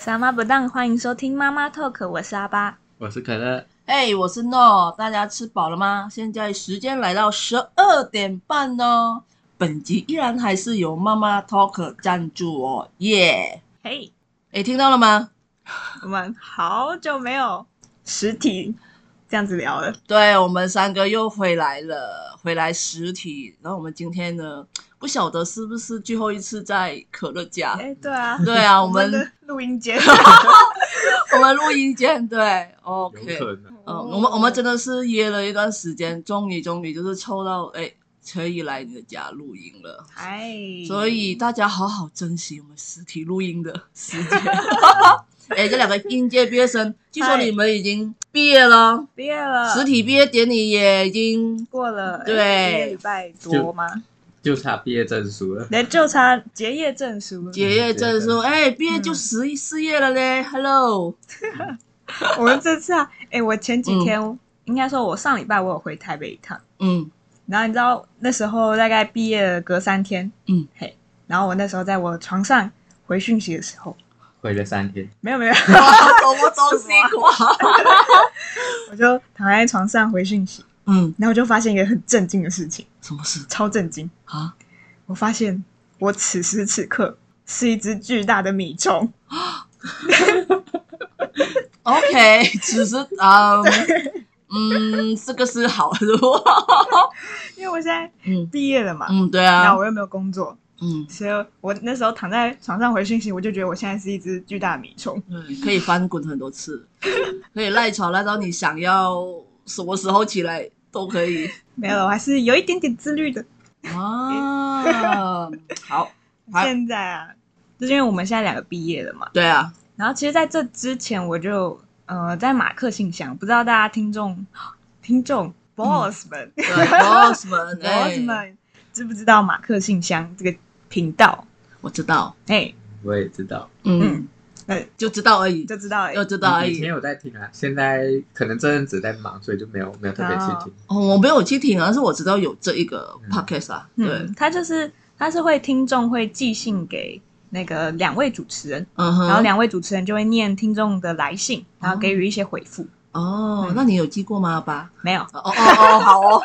傻妈不当，欢迎收听妈妈 talk，我是阿巴。我是可乐，哎、我是诺，大家吃饱了吗？现在时间来到十二点半哦。本集依然还是由妈妈 Talk 赞助哦，耶！嘿、哎，听到了吗？我们好久没有实体这样子聊了，对我们三个又回来了，回来实体。然后我们今天呢，不晓得是不是最后一次在可乐家哎、？对啊，对啊，我我们哦们的录音 间，我们录音间对有，OK。可能哦嗯，我们我们真的是约了一段时间，终于终于就是抽到哎可以来你的家录音了。哎，所以大家好好珍惜我们实体录音的 时间。哎、这两个应届毕业生，据说嗨你们已经毕业了，毕业了，实体毕业典礼也已经过了，哎对一个礼拜多吗？就差毕业证书了。那就差结业证书了，结业证书，哎、毕业就嗯十一四业了嘞。Hello， 我们这次啊，哎、我前几天、应该说，我上礼拜我有回台北一趟，嗯然后你知道那时候大概毕业了隔三天，嗯，嘿，然后我那时候在我床上回讯息的时候，回了三天，没有没有，什么东西瓜？我就躺在床上回讯息， 嗯，然后我就发现一个很震惊的事情，什么事超震惊，啊？我发现我此时此刻是一只巨大的米虫， OK，只是嗯嗯，这个是好 的话，因为我现在嗯毕业了嘛，嗯，对然啊后，我又没有工作，嗯，所以我那时候躺在床上回讯息，我就觉得我现在是一只巨大的米虫。对，嗯可以翻滚很 多次，可以赖床赖到你想要什么时候起来都 可以没有了，我还是有一点点自律的。啊。好，啊现在啊，就是因为我们现在两个毕业了嘛，对啊，然后其实在这之前我就呃在马克信箱，不知道大家听众听嗯众 boss 们、对 ，boss 们，哎 boss 们知不知道马克信箱这个频道？我知道，哎，我也知道。嗯，哎，就知道而已，就知道哎，就知道而以以前已。有在听啊，现在可能这阵子在忙，所以就没有没有特别去听。哦，我没有去听啊，但是我知道有这一个嗯 podcast 啊，对嗯，，他就是他是会听众会寄信给那个两位主持人，嗯哼，然后两位主持人就会念听众的来信，然后给予一些回复。哦嗯，那你有记过吗？吧，没有，哦哦哦，好哦，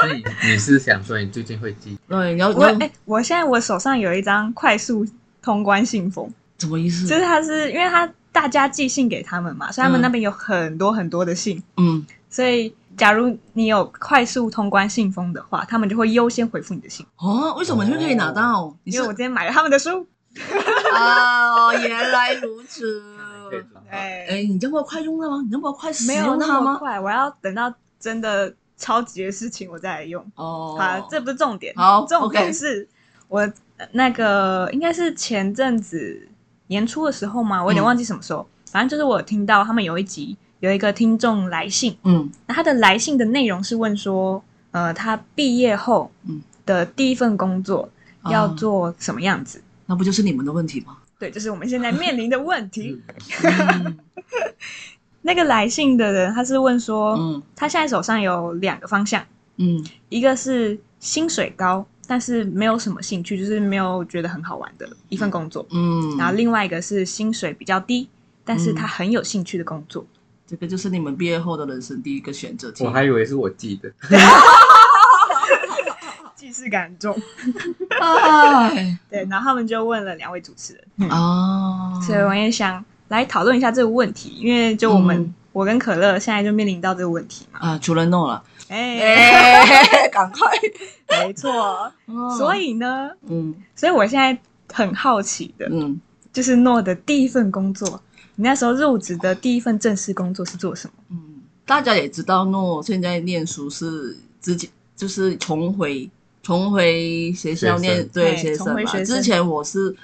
可是你你是想说你最近会记？ 对，你要你我要哎、我现在我手上有一张快速通关信封，什么意思？就是他是因为他大家寄信给他们嘛，所以他们嗯那边有很多很多的信，嗯，所以假如你有快速通关信封的话，他们就会优先回复你的信。哦，为什么你会可以拿到？你因是为我之前买了他们的书，哦，原来如此。哎、哎，你这么快用了吗？你这么快使没有用那它么吗？快，我要等到真的超级的事情我再来用。哦，好，这不是重点，好重点 OK 是我呃那个应该是前阵子年初的时候嘛，我有点嗯忘记什么时候，反正就是我有听到他们有一集有一个听众来信，嗯那他的来信的内容是问说，呃，他毕业后嗯的第一份工作要啊做什么样子？那不就是你们的问题 吗？对，就是我们现在面临的问题。嗯那个来信的人，他是问说，嗯他现在手上有两个方向，嗯一个是薪水高，但是没有什么兴趣，就是没有觉得很好玩的一份工作；嗯，然后另外一个是薪水比较低，但是他很有兴趣的工作。这个就是你们毕业后的人生第一个选择题我。还以为是我记的，既视感很重。哎对，然后他们就问了两位主持人，哦，所以我也想来讨论一下这个问题，因为就我们、嗯我跟可乐现在就面临到这个问题嘛。啊，除了弄了，哎、 哎，哦赶快。没错。所以呢，嗯所以我现在很好奇的，嗯，就是诺的第一份工作，你那时候入职的第一份正式工作是做什么？嗯，大家也知道，诺现在念书是之前就是重回重回学校学生念对对学重生回嘛。学生之前我是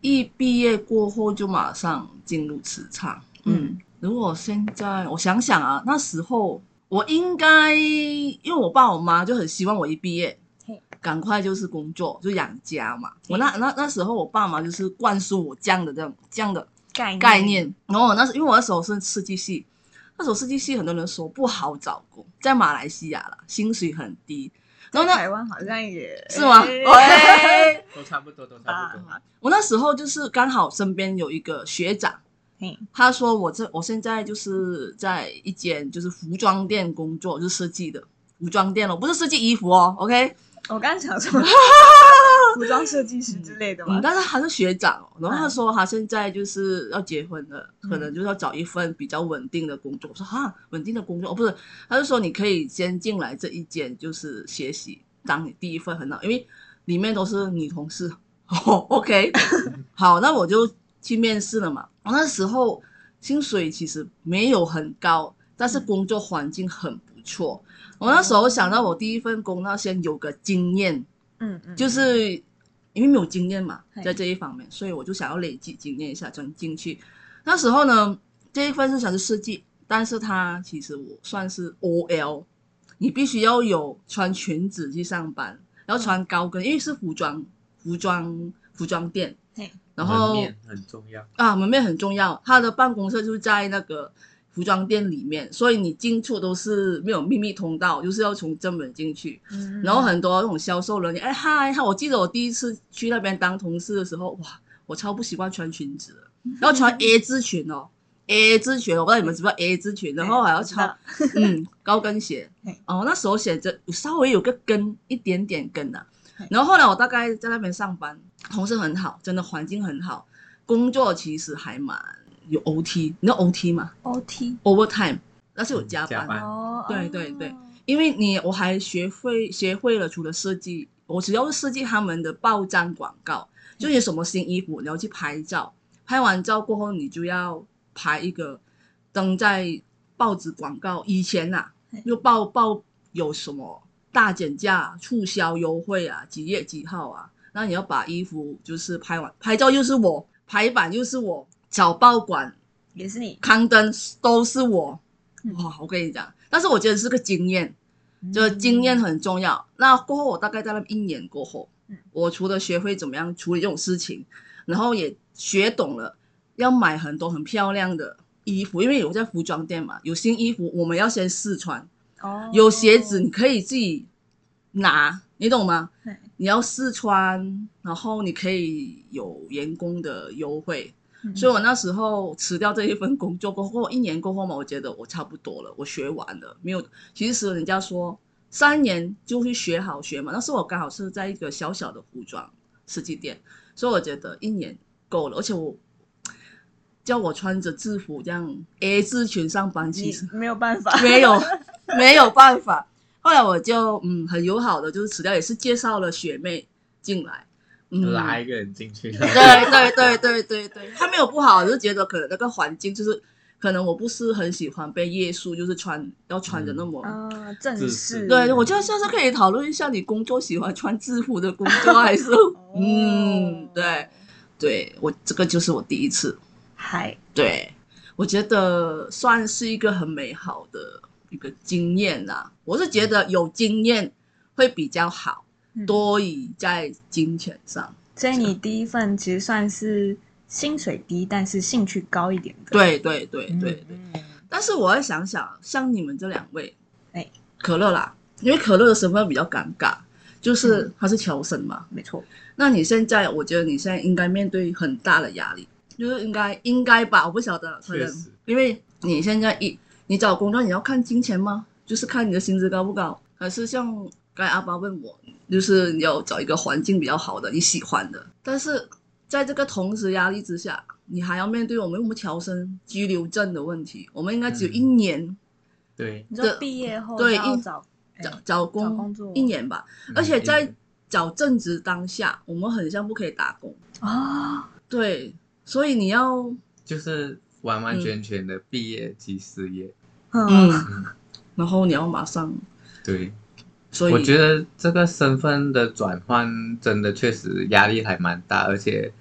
一毕业过后就马上进入职场，嗯，嗯如果现在我想想啊，那时候我应该因为我爸我妈就很希望我一毕业嘿。赶快就是工作，就养家嘛。我那那那时候，我爸妈就是灌输我这样的这样这样的概念概念。然后我那时因为我那时候是设计系，那时候设计系很多人说不好找工，在马来西亚啦，薪水很低。然后呢，台湾好像也哎是吗？哦喂， 都差不多，都差不多。啊我那时候就是刚好身边有一个学长，嘿，他说我这我现在就是在一间就是服装店工作，就是设计的服装店了，不是设计衣服哦，OK。我刚想 说服装设计师之类的嗯嘛，，但是他是学长哦，然后他嗯说他现在就是要结婚了，可能就是要找一份比较稳定的工作。我说哈，稳定的工作哦，不是，他就说你可以先进来这一间就是学习，当你第一份很好，因为里面都是女同事。哦，OK，好， 那我就去面试了嘛。我那时候薪水其实没有很高，但嗯是工作环境很不错。我哦那时候想到我第一份工要先有个经验，嗯嗯，就是因为没有经验嘛嗨，在这一方面，所以我就想要累积经验一下，转进去。那时候呢，这一份是想是设计，但是它其实我算是 OL，你必须要有穿裙子去上班，然后穿高跟，因为是服装服装服装店嘿，然后门面很重要，啊，门面很重要，他的办公室就在那个服装店里面，所以你进出都是没有秘密通道，就是要从正门进去。嗯，然后很多那种销售人员，哎嗨嗨，我记得我第一次去那边当同事的时候，哇，我超不习惯穿裙子的，然后穿 A 字裙哦，A 字裙，我不知道你们知不知道 A 字裙，然后还要穿哎嗯高跟鞋哎，哦，那时候显着稍微有个跟一点点跟啊哎，然后后来我大概在那边上班，同事很好，真的环境很好，工作其实还蛮有 OT，你知道 OT 吗嗯 OT ？Overtime，但是有加加班班哦，对对对哦，因为你我还学会学会了，除了设计，我只要是设计他们的报章广告，就嗯有什么新衣服，你要去拍照，拍完照过后，你就要拍一个登在报纸广告。以前呐、嘿就报报有什么大减价、促销优惠啊，几月几号啊，那你要把衣服就是拍完，拍照又是我，排版又是我，找报馆也是你，刊登都是我嗯，哇！我跟你讲，但是我觉得是个经验，就是经验很重要。那过后我大概在那一年过后嗯，我除了学会怎么样处理这种事情，然后也学懂了要买很多很漂亮的衣服，因为我在服装店嘛，有新衣服我们要先试穿，哦，有鞋子你可以自己拿，你懂吗对？你要试穿，然后你可以有员工的优惠，嗯，所以我那时候辞掉这一份工作过后，一年过后嘛，我觉得我差不多了，我学完了，没有。其实人家说三年就去学好学嘛，那时候我刚好是在一个小小的服装设计店，所以我觉得一年够了，而且我。叫我穿着制服这样 A 字裙上班，其你 实没有办法，没有没有办法。后来我就嗯很友好的就是辞掉，也是介绍了学妹进来，嗯，拉一个人进去，对 对对对对对，他没有不好，就是觉得可能那个环境就是，可能我不是很喜欢被夜宿，就是穿要穿着那么。啊，正自式，私对，我觉得下次可以讨论一下，你工作喜欢穿制服的工 作还是哦嗯，对，对，我这个就是我第一次，嗨，对我觉得算是一个很美好的一个经验啦。我是觉得有经验会比较好，嗯，多于在金钱上。所以你第一份其实算是薪水低，但是兴趣高一点的，对对对 嗯对对。，但是我要想想，像你们这两位，哎可乐啦，因为可乐的身份比较尴尬，就是嗯他是乔生嘛。没错，那你现在，我觉得你现在应该面对很大的压力，就是应该应该吧，我不晓得，可确能实因为你现在一你找工作，你要看金钱吗？就是看你的薪资高不高，还是像刚才阿爸问我，就是你要找一个环境比较好的，你喜欢的。但是在这个同时压力之下，你还要面对我们我们侨生居留证的问题，我们应该只有一年。对，你说对毕业后对要一找哎找找工工作一年吧，嗯而且在嗯找正职当下，我们很像不可以打工，啊，对，所以你要就是完完全全的毕业即失业，嗯，嗯，嗯，然后你要马上，对，所以我觉得这个身份的转换真的确实压力还蛮大，而且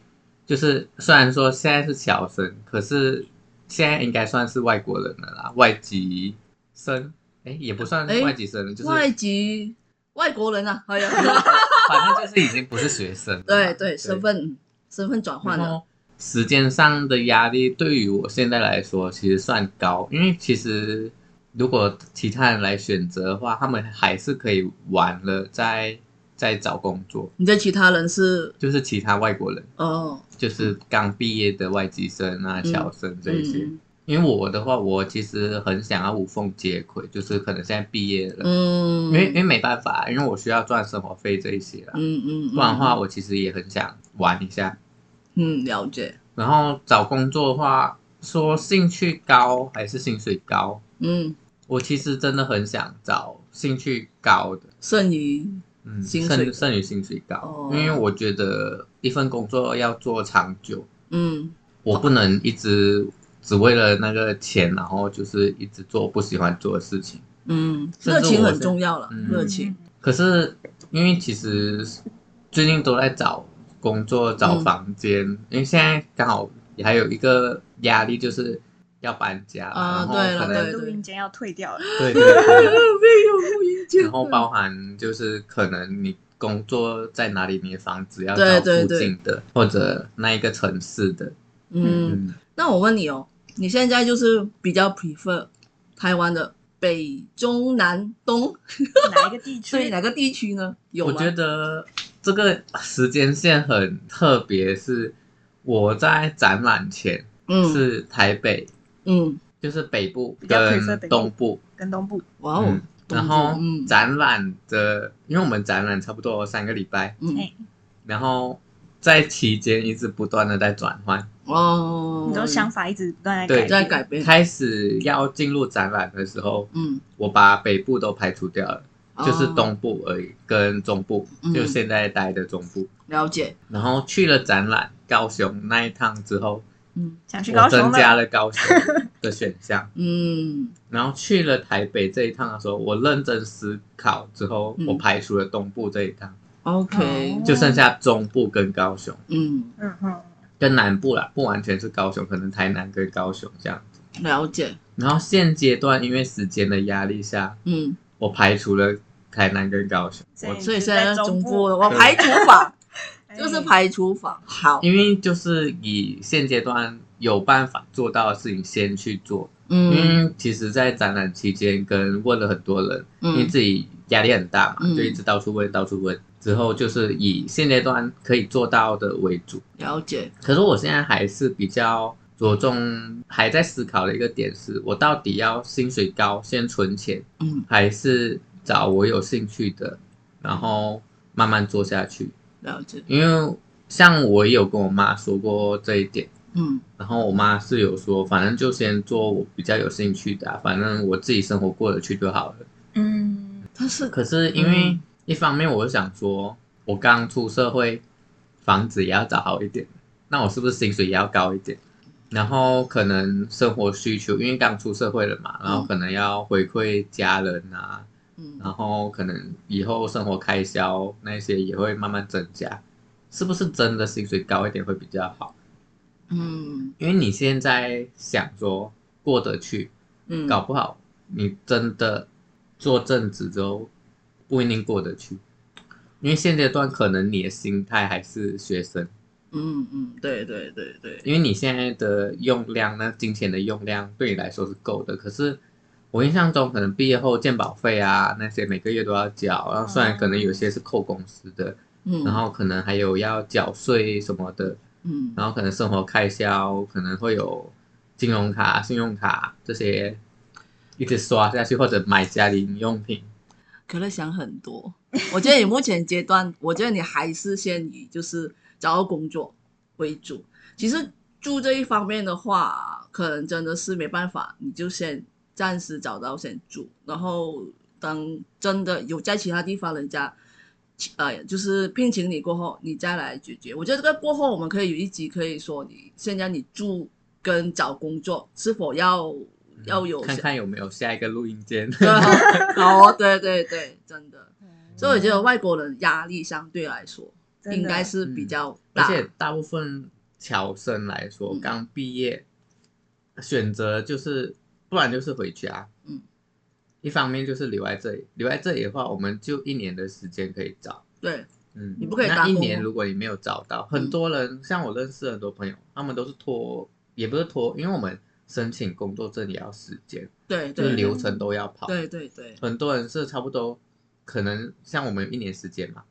就是虽然说现在是小生，可是现在应该算是外国人了啦，外籍生，哎，也不算诶外籍生，就是外籍外国人啊，哎呀， 反正就是已经不是学生了嘛，对对，身份身份转换啊然了，后时间上的压力对于我现在来说其实算高，因为其实如果其他人来选择的话，他们还是可以晚了再在找工作，你的其他人是就是其他外国人，哦，就是刚毕业的外籍生啊、嗯侨生这一些。嗯因为我的话，我其实很想要无缝接轨，就是可能现在毕业了，嗯，因为因为没办法，因为我需要赚生活费这一些啦。嗯嗯，不然的话，我其实也很想玩一下。嗯了解，然后找工作的话，说兴趣高还是薪水高？嗯，我其实真的很想找兴趣高的，剩余嗯，薪水甚甚于薪水高，哦因为我觉得一份工作要做长久，嗯我不能一直只为了那个钱，然后就是一直做不喜欢做的事情。嗯，甚热至情我很是重要了，嗯热 情，可是因为其实最近都在找工作、找房间，因为现在刚好也还有一个压力就是要搬家，啊然后对了可能对录音间要退掉了，对对对，没有录音间然后包含就是可能你工作在哪里，你的房子要对找对附对近的或者那一个城市的，嗯，嗯，那我问你哦，你现在就是比较 prefer 台湾的北中南东，哪一个地区？所以哪个地区呢？有我吗？觉得这个时间线很特别，是我在展览前嗯是台北，嗯，就是北部比较 prefer 跟北部东部，跟东部，哇哦，嗯东然部后嗯展览的，因为我们展览差不多三个礼拜，嗯哎然后在期间一直不断的在转换，哦，你都想法一直不断在对改变，在改变，开始要进入展览的时候，嗯，我把北部都排除掉了，就是哦东部而已，跟中部嗯，就现在待的中部。了解，然后去了展览高雄那一趟之后，嗯想去我高雄增了，加了高雄的选 项。嗯然后去了台北这一趟的时候，我认真思考之后，嗯我排除了东部这一趟， ，OK，哦就剩下中部跟高雄，嗯嗯哼，跟南部啦，不完全是高雄，可能台南跟高雄这样。了解，然后现阶段因为时间的压力下，嗯，我排除了台南跟高雄，我你所以是现在中中部我对排除法哎就是排除法，好，因为就是以现阶段有办法做到的事情先去做，因嗯为其实，在展览期间跟问了很多人，因为嗯自己压力很大嘛，嗯就一直到处问，到处问。之后就是以现阶段可以做到的为主。了解，可是我现在还是比较着重，还在思考的一个点是，我到底要薪水高先存钱，嗯还是找我有兴趣的，然后慢慢做下去。了解，因为像我也有跟我妈说过这一点，嗯然后我妈是有说，反正就先做我比较有兴趣的啊、反正我自己生活过得去就好了。嗯，但是可是因为嗯一方面，我就想说，我刚出社会，房子也要找好一点，那我是不是薪水也要高一点？然后可能生活需求，因为刚出社会了嘛，然后可能要回馈家人啊，嗯然后可能以后生活开销那些也会慢慢增加，是不是真的薪水高一点会比较好？嗯因为你现在想说过得去，嗯搞不好你真的做正职之后不一定过得去，因为现阶段可能你的心态还是学生，嗯嗯，对对对对，因为你现在的用量呢，金钱的用量对你来说是够的，可是。我印象中，可能毕业后健保费啊那些每个月都要缴，然后虽然可能有些是扣公司的，嗯，然后可能还有要缴税什么的，嗯然后可能生活开销可能会有金融卡、信用卡这些一直刷下去，或者买家里用品。可乐想很多。我觉得你目前阶段， 我觉得你还是先以就是找到工作为主。其实住这一方面的话，可能真的是没办法，你就先暂时找到先住，然后等真的有在其他地方人家。呃，就是聘请你过后，你再来解决。我觉得这个过后，我们可以有一集可以说你现在你住跟找工作是否要要有看看有没有下一个录音 间。对，好哦，对对对，真的。嗯所以我觉得外国人压力相对来说真的应该是比较嗯而大，且大部分侨生来说，嗯刚毕业，选择就是不然就是回家。嗯，一方面就是留在这里，留在这里的话，我们就一年的时间可以找。对，嗯，你不可以打那工嗯一哦年，如果你没有找到，很多人像我认识很多朋友，他们都是拖，也不是拖，因为我们申请工作证也要时间，对就是对流程都要跑。对对对，很多人是差不多，可能像我们有一年时间嘛，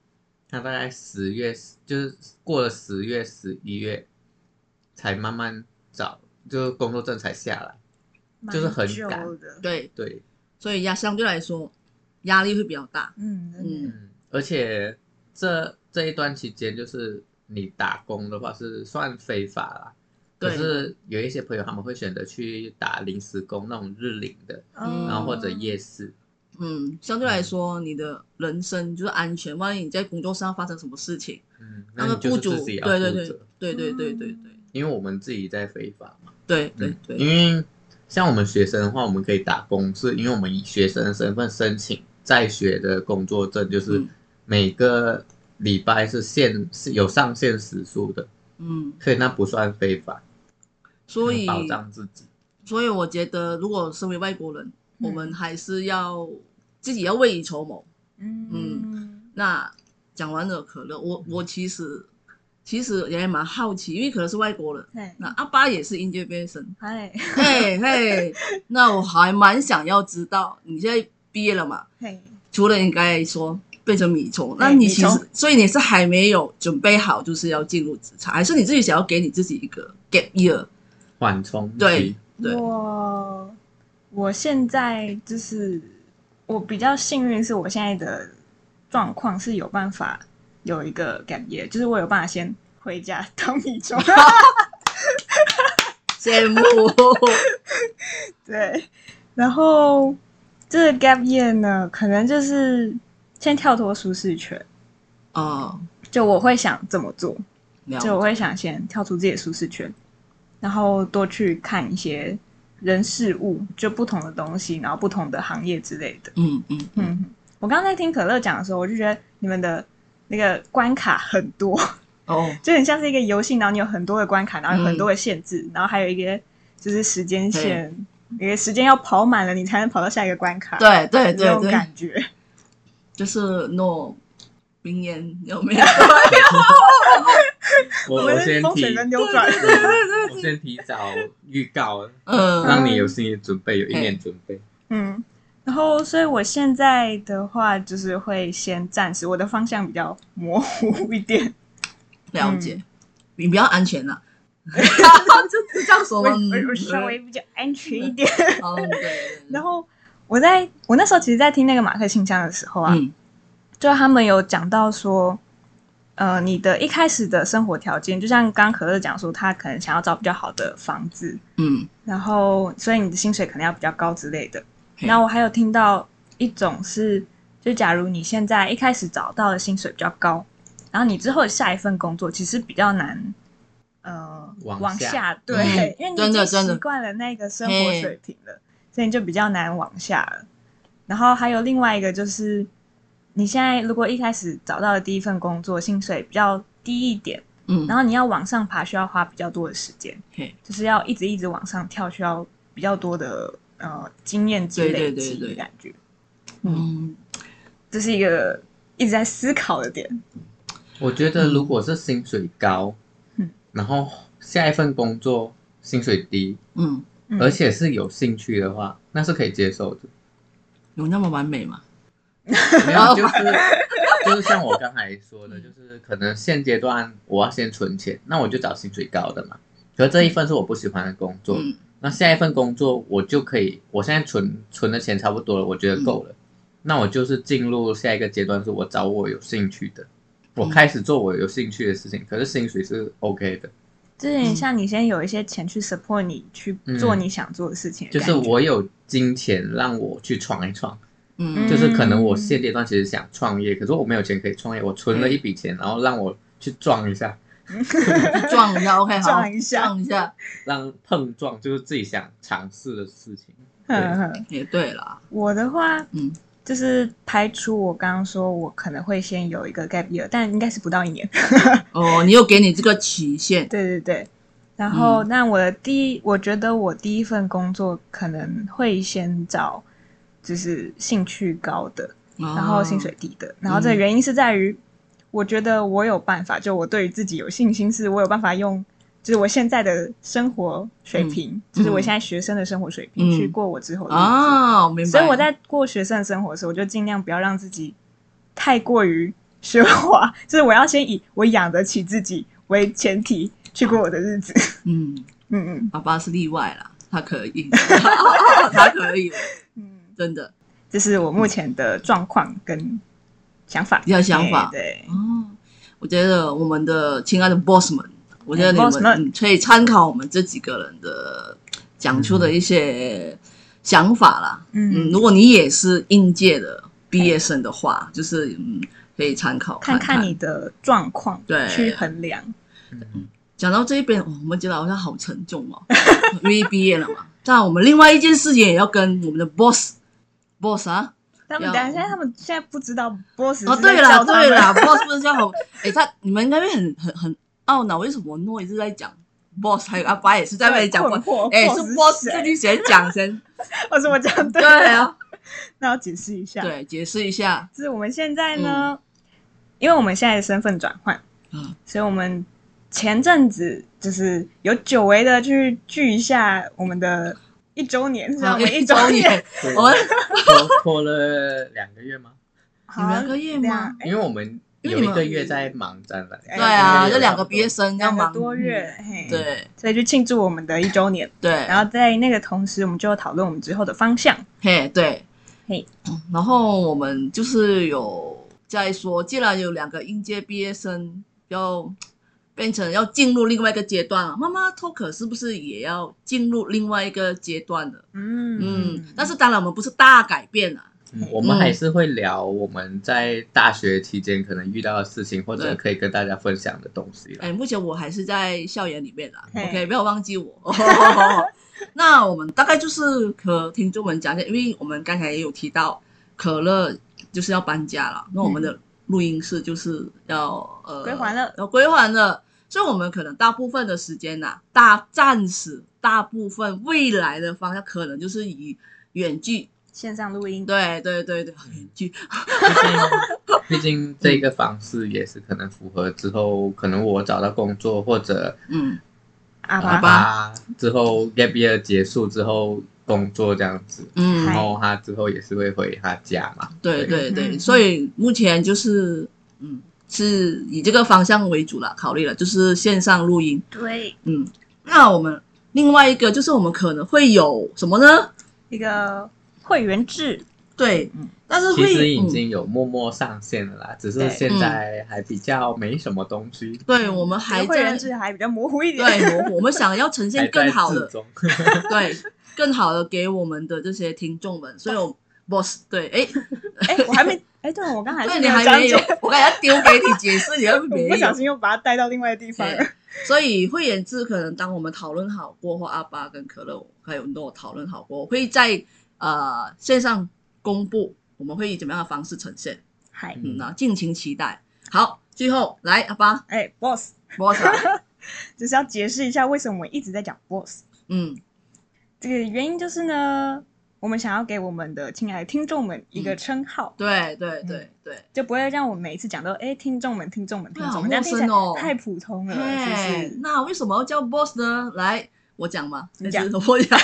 他大概十月，就是过了十月、十一月，才慢慢找，就是工作证才下来。就是很蛮久赶的，对，对，所以压相对来说压力会比较大。嗯嗯，嗯，嗯，而且这这一段期间，就是你打工的话是算非法啦。可对，是有一些朋友他们会选择去打临时工，那种日领的，哦然后或者夜市。嗯，相对来说你的人身就是安全，万一你在工作上发生什么事情，嗯，那你么就是雇主自己对要负责，对对对对对对嗯因为我们自己在非法嘛。嗯对对对因对，为像我们学生的话，我们可以打工，是因为我们以学生的身份申请在学的工作证，就是嗯每个礼拜是限是有上限时数的，嗯，所以那不算非法，所以保障自己。所以我觉得，如果身为外国人，嗯我们还是要自己要未雨绸缪。嗯那讲完了可乐，我我其实其实也蛮好奇，因为可乐是外国人，对，，那阿巴也是音乐变身 嗨嘿嘿，那我还蛮想要知道，你现在毕业了嘛？嘿，除了你刚才说变成米虫，那对你米其实虫所以你是还没有准备好，就是要进入职场，还是你自己想要给你自己一个 gap year？缓冲期对对，我我现在就是我比较幸运，是我现在的状况是有办法有一个 gap year，就是我有办法先回家当米 虫。羡慕， 对，然后这个 gap year 呢，可能就是先跳脱舒适圈，哦，就我会想怎么做，了解就我会想先跳出自己的舒适圈，然后多去看一些人事物，就不同的东西，然后不同的行业之类的。嗯嗯嗯，嗯，我刚才听可乐讲的时候，我就觉得你们的那个关卡很多， 哦，就很像是一个游戏，然后你有很多的关卡，然后有很多的限制，嗯然后还有一个就是时间线，一个时间要跑满了，你才能跑到下一个关卡。对对这对种对，感觉。就是诺冰烟有没有？我们我先风提水，轮流转。我先提早预告了，嗯让你有心理准备，有一点准备。嗯，然后所以我现在的话就是会先暂时我的方向比较模糊一点，了嗯解，你比较安 全啦。就是这样说我吗？我我稍微比较安全一点。 嗯哦对对，然后后我在我那时候其实，在听那个马克信箱的时候啊，嗯就他们有讲到说，呃，你的一开始的生活条件，就像刚刚可乐讲说，他可能想要找比较好的房子，嗯然后所以你的薪水可能要比较高之类的。嘿然后我还有听到一种是，就假如你现在一开始找到的薪水比较高，然后你之后下一份工作其实比较难。呃，往往下对，嗯因为你真已的经真的习惯了那个生活水平了，所以你就比较难往下了。然后还有另外一个就是，你现在如果一开始找到的第一份工作薪水比较低一点，嗯然后你要往上爬需要花比较多的时间嘿，就是要一直一直往上跳，需要比较多的呃经验积对对累对积对的感觉。嗯，这是一个一直在思考的点。我觉得如果是薪水高，嗯然后下一份工作薪水低，嗯，嗯而且是有兴趣的话，那是可以接受的。有那么完美吗？没有，就是就是像我刚才说的，就是可能现阶段我要先存钱，那我就找薪水高的嘛。可是这一份是我不喜欢的工作，嗯那下一份工作我就可以，我现在存存的钱差不多了，我觉得够了。那我就是进入下一个阶段，是我找我有兴趣的，我开始做我有兴趣的事情，可是薪水是 OK 的，就是有点像你先有一些钱去 support 你去做你想做的事情的就感是觉，我有金钱让我去闯一闯。嗯，就是可能我现阶段其实想创业，可是我没有钱可以创业，我存了一笔钱，然后让我去撞一下，撞一下，OK，好， 撞一下撞一下，让碰撞就是自己想尝试的事情。呵对，呵也对啦，嗯我的话，嗯，就是排除我刚刚说我可能会先有一个 gap year，但应该是不到一年。哦，你又给你这个期限，对对对。然后，那我的第一，我觉得我第一份工作可能会先找就是兴趣高的，然然后薪水低的。然后这个原因是在于，我觉得我有办法，就我对于自己有信心，是我有办法用，就是我现在的生活水平，就是我现在学生的生活水平、嗯去过我之后的日子。啊，明白，所以我在过学生生活的时候，我就尽量不要让自己太过于奢华， 就是我要先以我养得起自己为前提去过我的日子。 嗯，嗯嗯爸爸是例外啦，他可以， 他可以，嗯，真的。这是我目前的状况跟想法。你的想法哎对，哦，我觉得我们的亲爱的 boss 们，我觉得你哎，boss 们们嗯可以参考我们这几个人的讲出的一些想法啦。嗯，嗯，如果你也是应届的毕业生的话，就是嗯，可以参考看看看你的状况，对去衡量。嗯讲到这一边，哦我们觉得好像好沉重哦， 因为毕业了嘛。但我们另外一件事情也要跟我们的 boss boss 啊，他们要等一下，他们现在不知道 boss 哦是在对叫啦他们对啦，boss 不是叫 好，哎，他你们应该会很很很懊恼，为什么诺一直在讲 boss，还有阿爸也是在那里讲困惑，boss，哎，是是 boss 谁自己先 讲先，我怎么讲对了啊， 那要解释一下，，对，解释一下，就是我们现在呢，因为我们现在的身份转换，嗯所以我们前阵子就是有久违的去聚一下我们的一周年，啊是吧？我们一周年，，对我们拖拖了两个月吗？好啊你们两个月吗？？因为我们因为有你一们个月在忙展览，对对啊，一个月这两个差不多毕业生要两个忙多月，，嘿，嗯，对所以就庆祝我们的一周年。对，然后在那个同时，我们就讨论我们之后的方向。嘿，对，嘿嗯，然后我们就是有在说，既然有两个应届毕业生要变成要进入另外一个阶段了，妈妈 talk 是不是也要进入另外一个阶段了？嗯嗯，但是当然我们不是大改变啊了，嗯我们还是会聊我们在大学期间可能遇到的事情，或者对可以跟大家分享的东西啦哎，。目前我还是在校园里面啦嘿，OK，不要忘记我。 那我们大概就是和听众们讲一下，因为我们刚才也有提到可乐就是要搬家了，那我们的录音室就是要嗯呃归还了要归还了，所以我们可能大部分的时间呐、大暂时大部分未来的方向可能就是以远距，线上录音，对对对对，远距， 毕竟，毕竟这个方式也是可能符合之后，可能我找到工作或者嗯，阿好爸吧爸之后 gap year 结束之后工作这样子，嗯然后他之后也是会回他家嘛。对对对，嗯所以目前就是嗯，是以这个方向为主了，考虑了就是线上录音。对嗯，那我们另外一个就是我们可能会有什么呢？一个会员制，对嗯，但是其会实已嗯经有默默上线了啦，只对是现在还比较没什么东西，对我们还会在 员制还比较模糊一点。对模糊，我们想要呈还现在更好制的，中。 对，更好的给我们的这些听众们，所以我 boss 对，哎， 哎，我还没，哎，对，我刚才对是你还章没有 节，，我刚才要丢给你解释，你还没 我有不，小心又把它带到另外的 地方了。对，所以会员制可能当我们讨论好过后，阿巴跟可乐还有诺讨论好过后，会在呃线上公布我们会以怎么样的方式呈现，嗨，嗯，那敬请期待。好，最后来阿巴哎，boss， ，boss，啊就是要解释一下为什么我一直在讲 boss。嗯这个原因就是呢，我们想要给我们的亲爱的听众们一个嗯称号，对对对对，就不会让我每一次讲到哎，听众们，听众们，听对啊众好们，这样听起来陌生哦太普通了，是不哎是？那为什么要叫 boss 呢？来，我讲嘛，你讲还是我讲。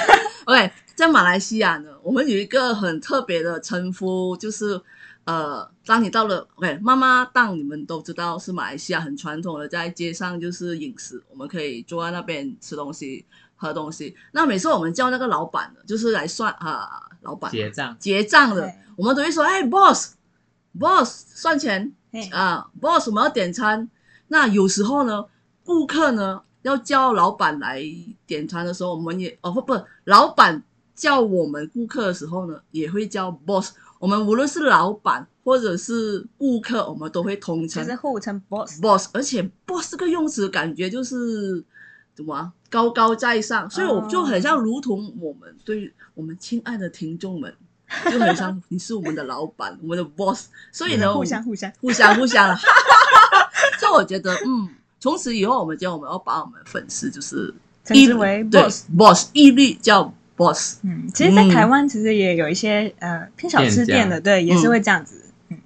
OK，在马来西亚呢，我们有一个很特别的称呼，就是呃，当你到了 OK 妈妈档，你们都知道是马来西亚很传统的，在街上就是饮食，我们可以坐在那边吃东西、喝东西。那每次我们叫那个老板的，就是来算啊、老板结账，结账的对，我们都会说，哎，boss，boss 算钱。嘿啊，boss，我们要点餐。那有时候呢，顾客呢要叫老板来点餐的时候，我们也哦不不，老板叫我们顾客的时候呢，也会叫 boss。我们无论是老板或者是顾客，我们都会通就称是互称 boss， boss。而且 boss 这个用词感觉就是怎么啊、高高在上，所以我就很哦像，如同我们对我们亲爱的听众们。就很像你是我们的老板，我们的 boss，所以呢，我 互们相互相，互相互相， 所以我觉得，嗯，从此以后，我们就我们要把我们粉丝就是称之为对 boss。 boss 一律叫 boss 嗯，其实，在嗯台湾其实也有一些呃偏小吃店的，对，嗯也是会这样子，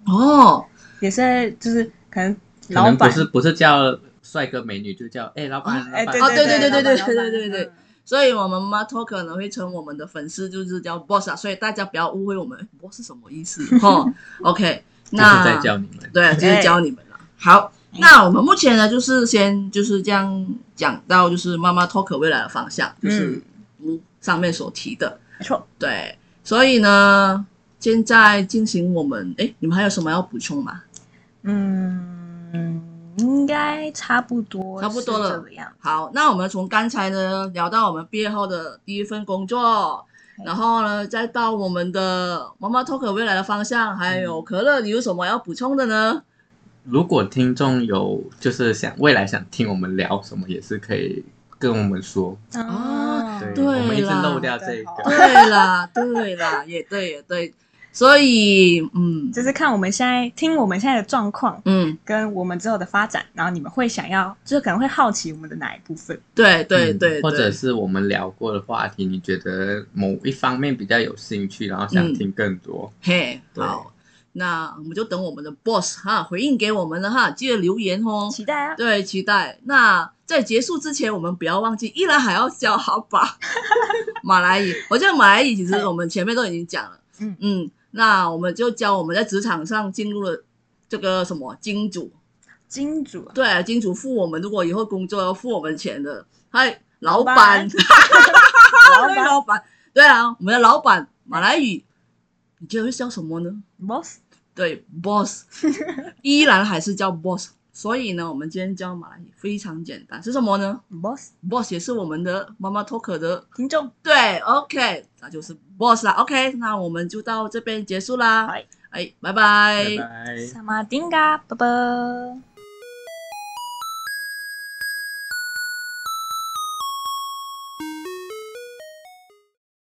哦，也是会就是可能可老能不板是不是叫帅哥美女，就叫哎老板，哎，老对板哦对对对对对老板对老板对对对嗯所以我们妈 talk 可能会称 我们的粉丝就是叫 boss 啊，所以大家不要误会我们 boss 是什么意思哈。OK，就是那在教你们。对，就是教你们了。好，那我们目前呢，就是先就是这样讲到，就是妈妈 talk 未来的方向，嗯就是如上面所提的。没错，对，所以呢，现在进行我们，哎，你们还有什么要补充吗？嗯，应该差不多，差不多了这个样子。好，那我们从刚才呢聊到我们毕业后的第一份工作，然后呢，再到我们的妈妈 talk 未来的方向，还嗯有可乐，你有什么要补充 的呢？如果听众有就是想未来想听我们聊什么，也是可以跟我们说。哦，对，对我们一直啦漏掉这一个。对啦，对啦，也对也对，所以嗯就是看我们现在听我们现在的状况嗯，跟我们之后的发展，然后你们会想要，就是可能会好奇我们的哪一部分。对对嗯对，或者对是我们聊过的话题，你觉得某一方面比较有兴趣，然后想嗯听更多，嘿，对好，那我们就等我们的 boss 哈回应给我们了哈，记得留言哦。期待啊！对，期待。那在结束之前，我们不要忘记，依然还要教好吧 马来语。我觉得马来语其实我们前面都已经讲了，嗯嗯，那我们就教我们在职场上进入了这个什么金主，金主啊，对，金主付我们，如果以后工作要付我们钱的，嗨，老老板板， 对老板，对啊，我们的老板马来语，你觉得会叫什么呢？ boss，对，boss，依然还是叫 boss。所以呢，我们今天教马来语非常简单，是什么呢 boss， ？boss 也是我们的妈妈 talk 的，听众，对，OK，那就是 boss 啦。OK，那我们就到这边结束啦嗨。哎，拜拜拜拜。萨马丁嘎，拜拜。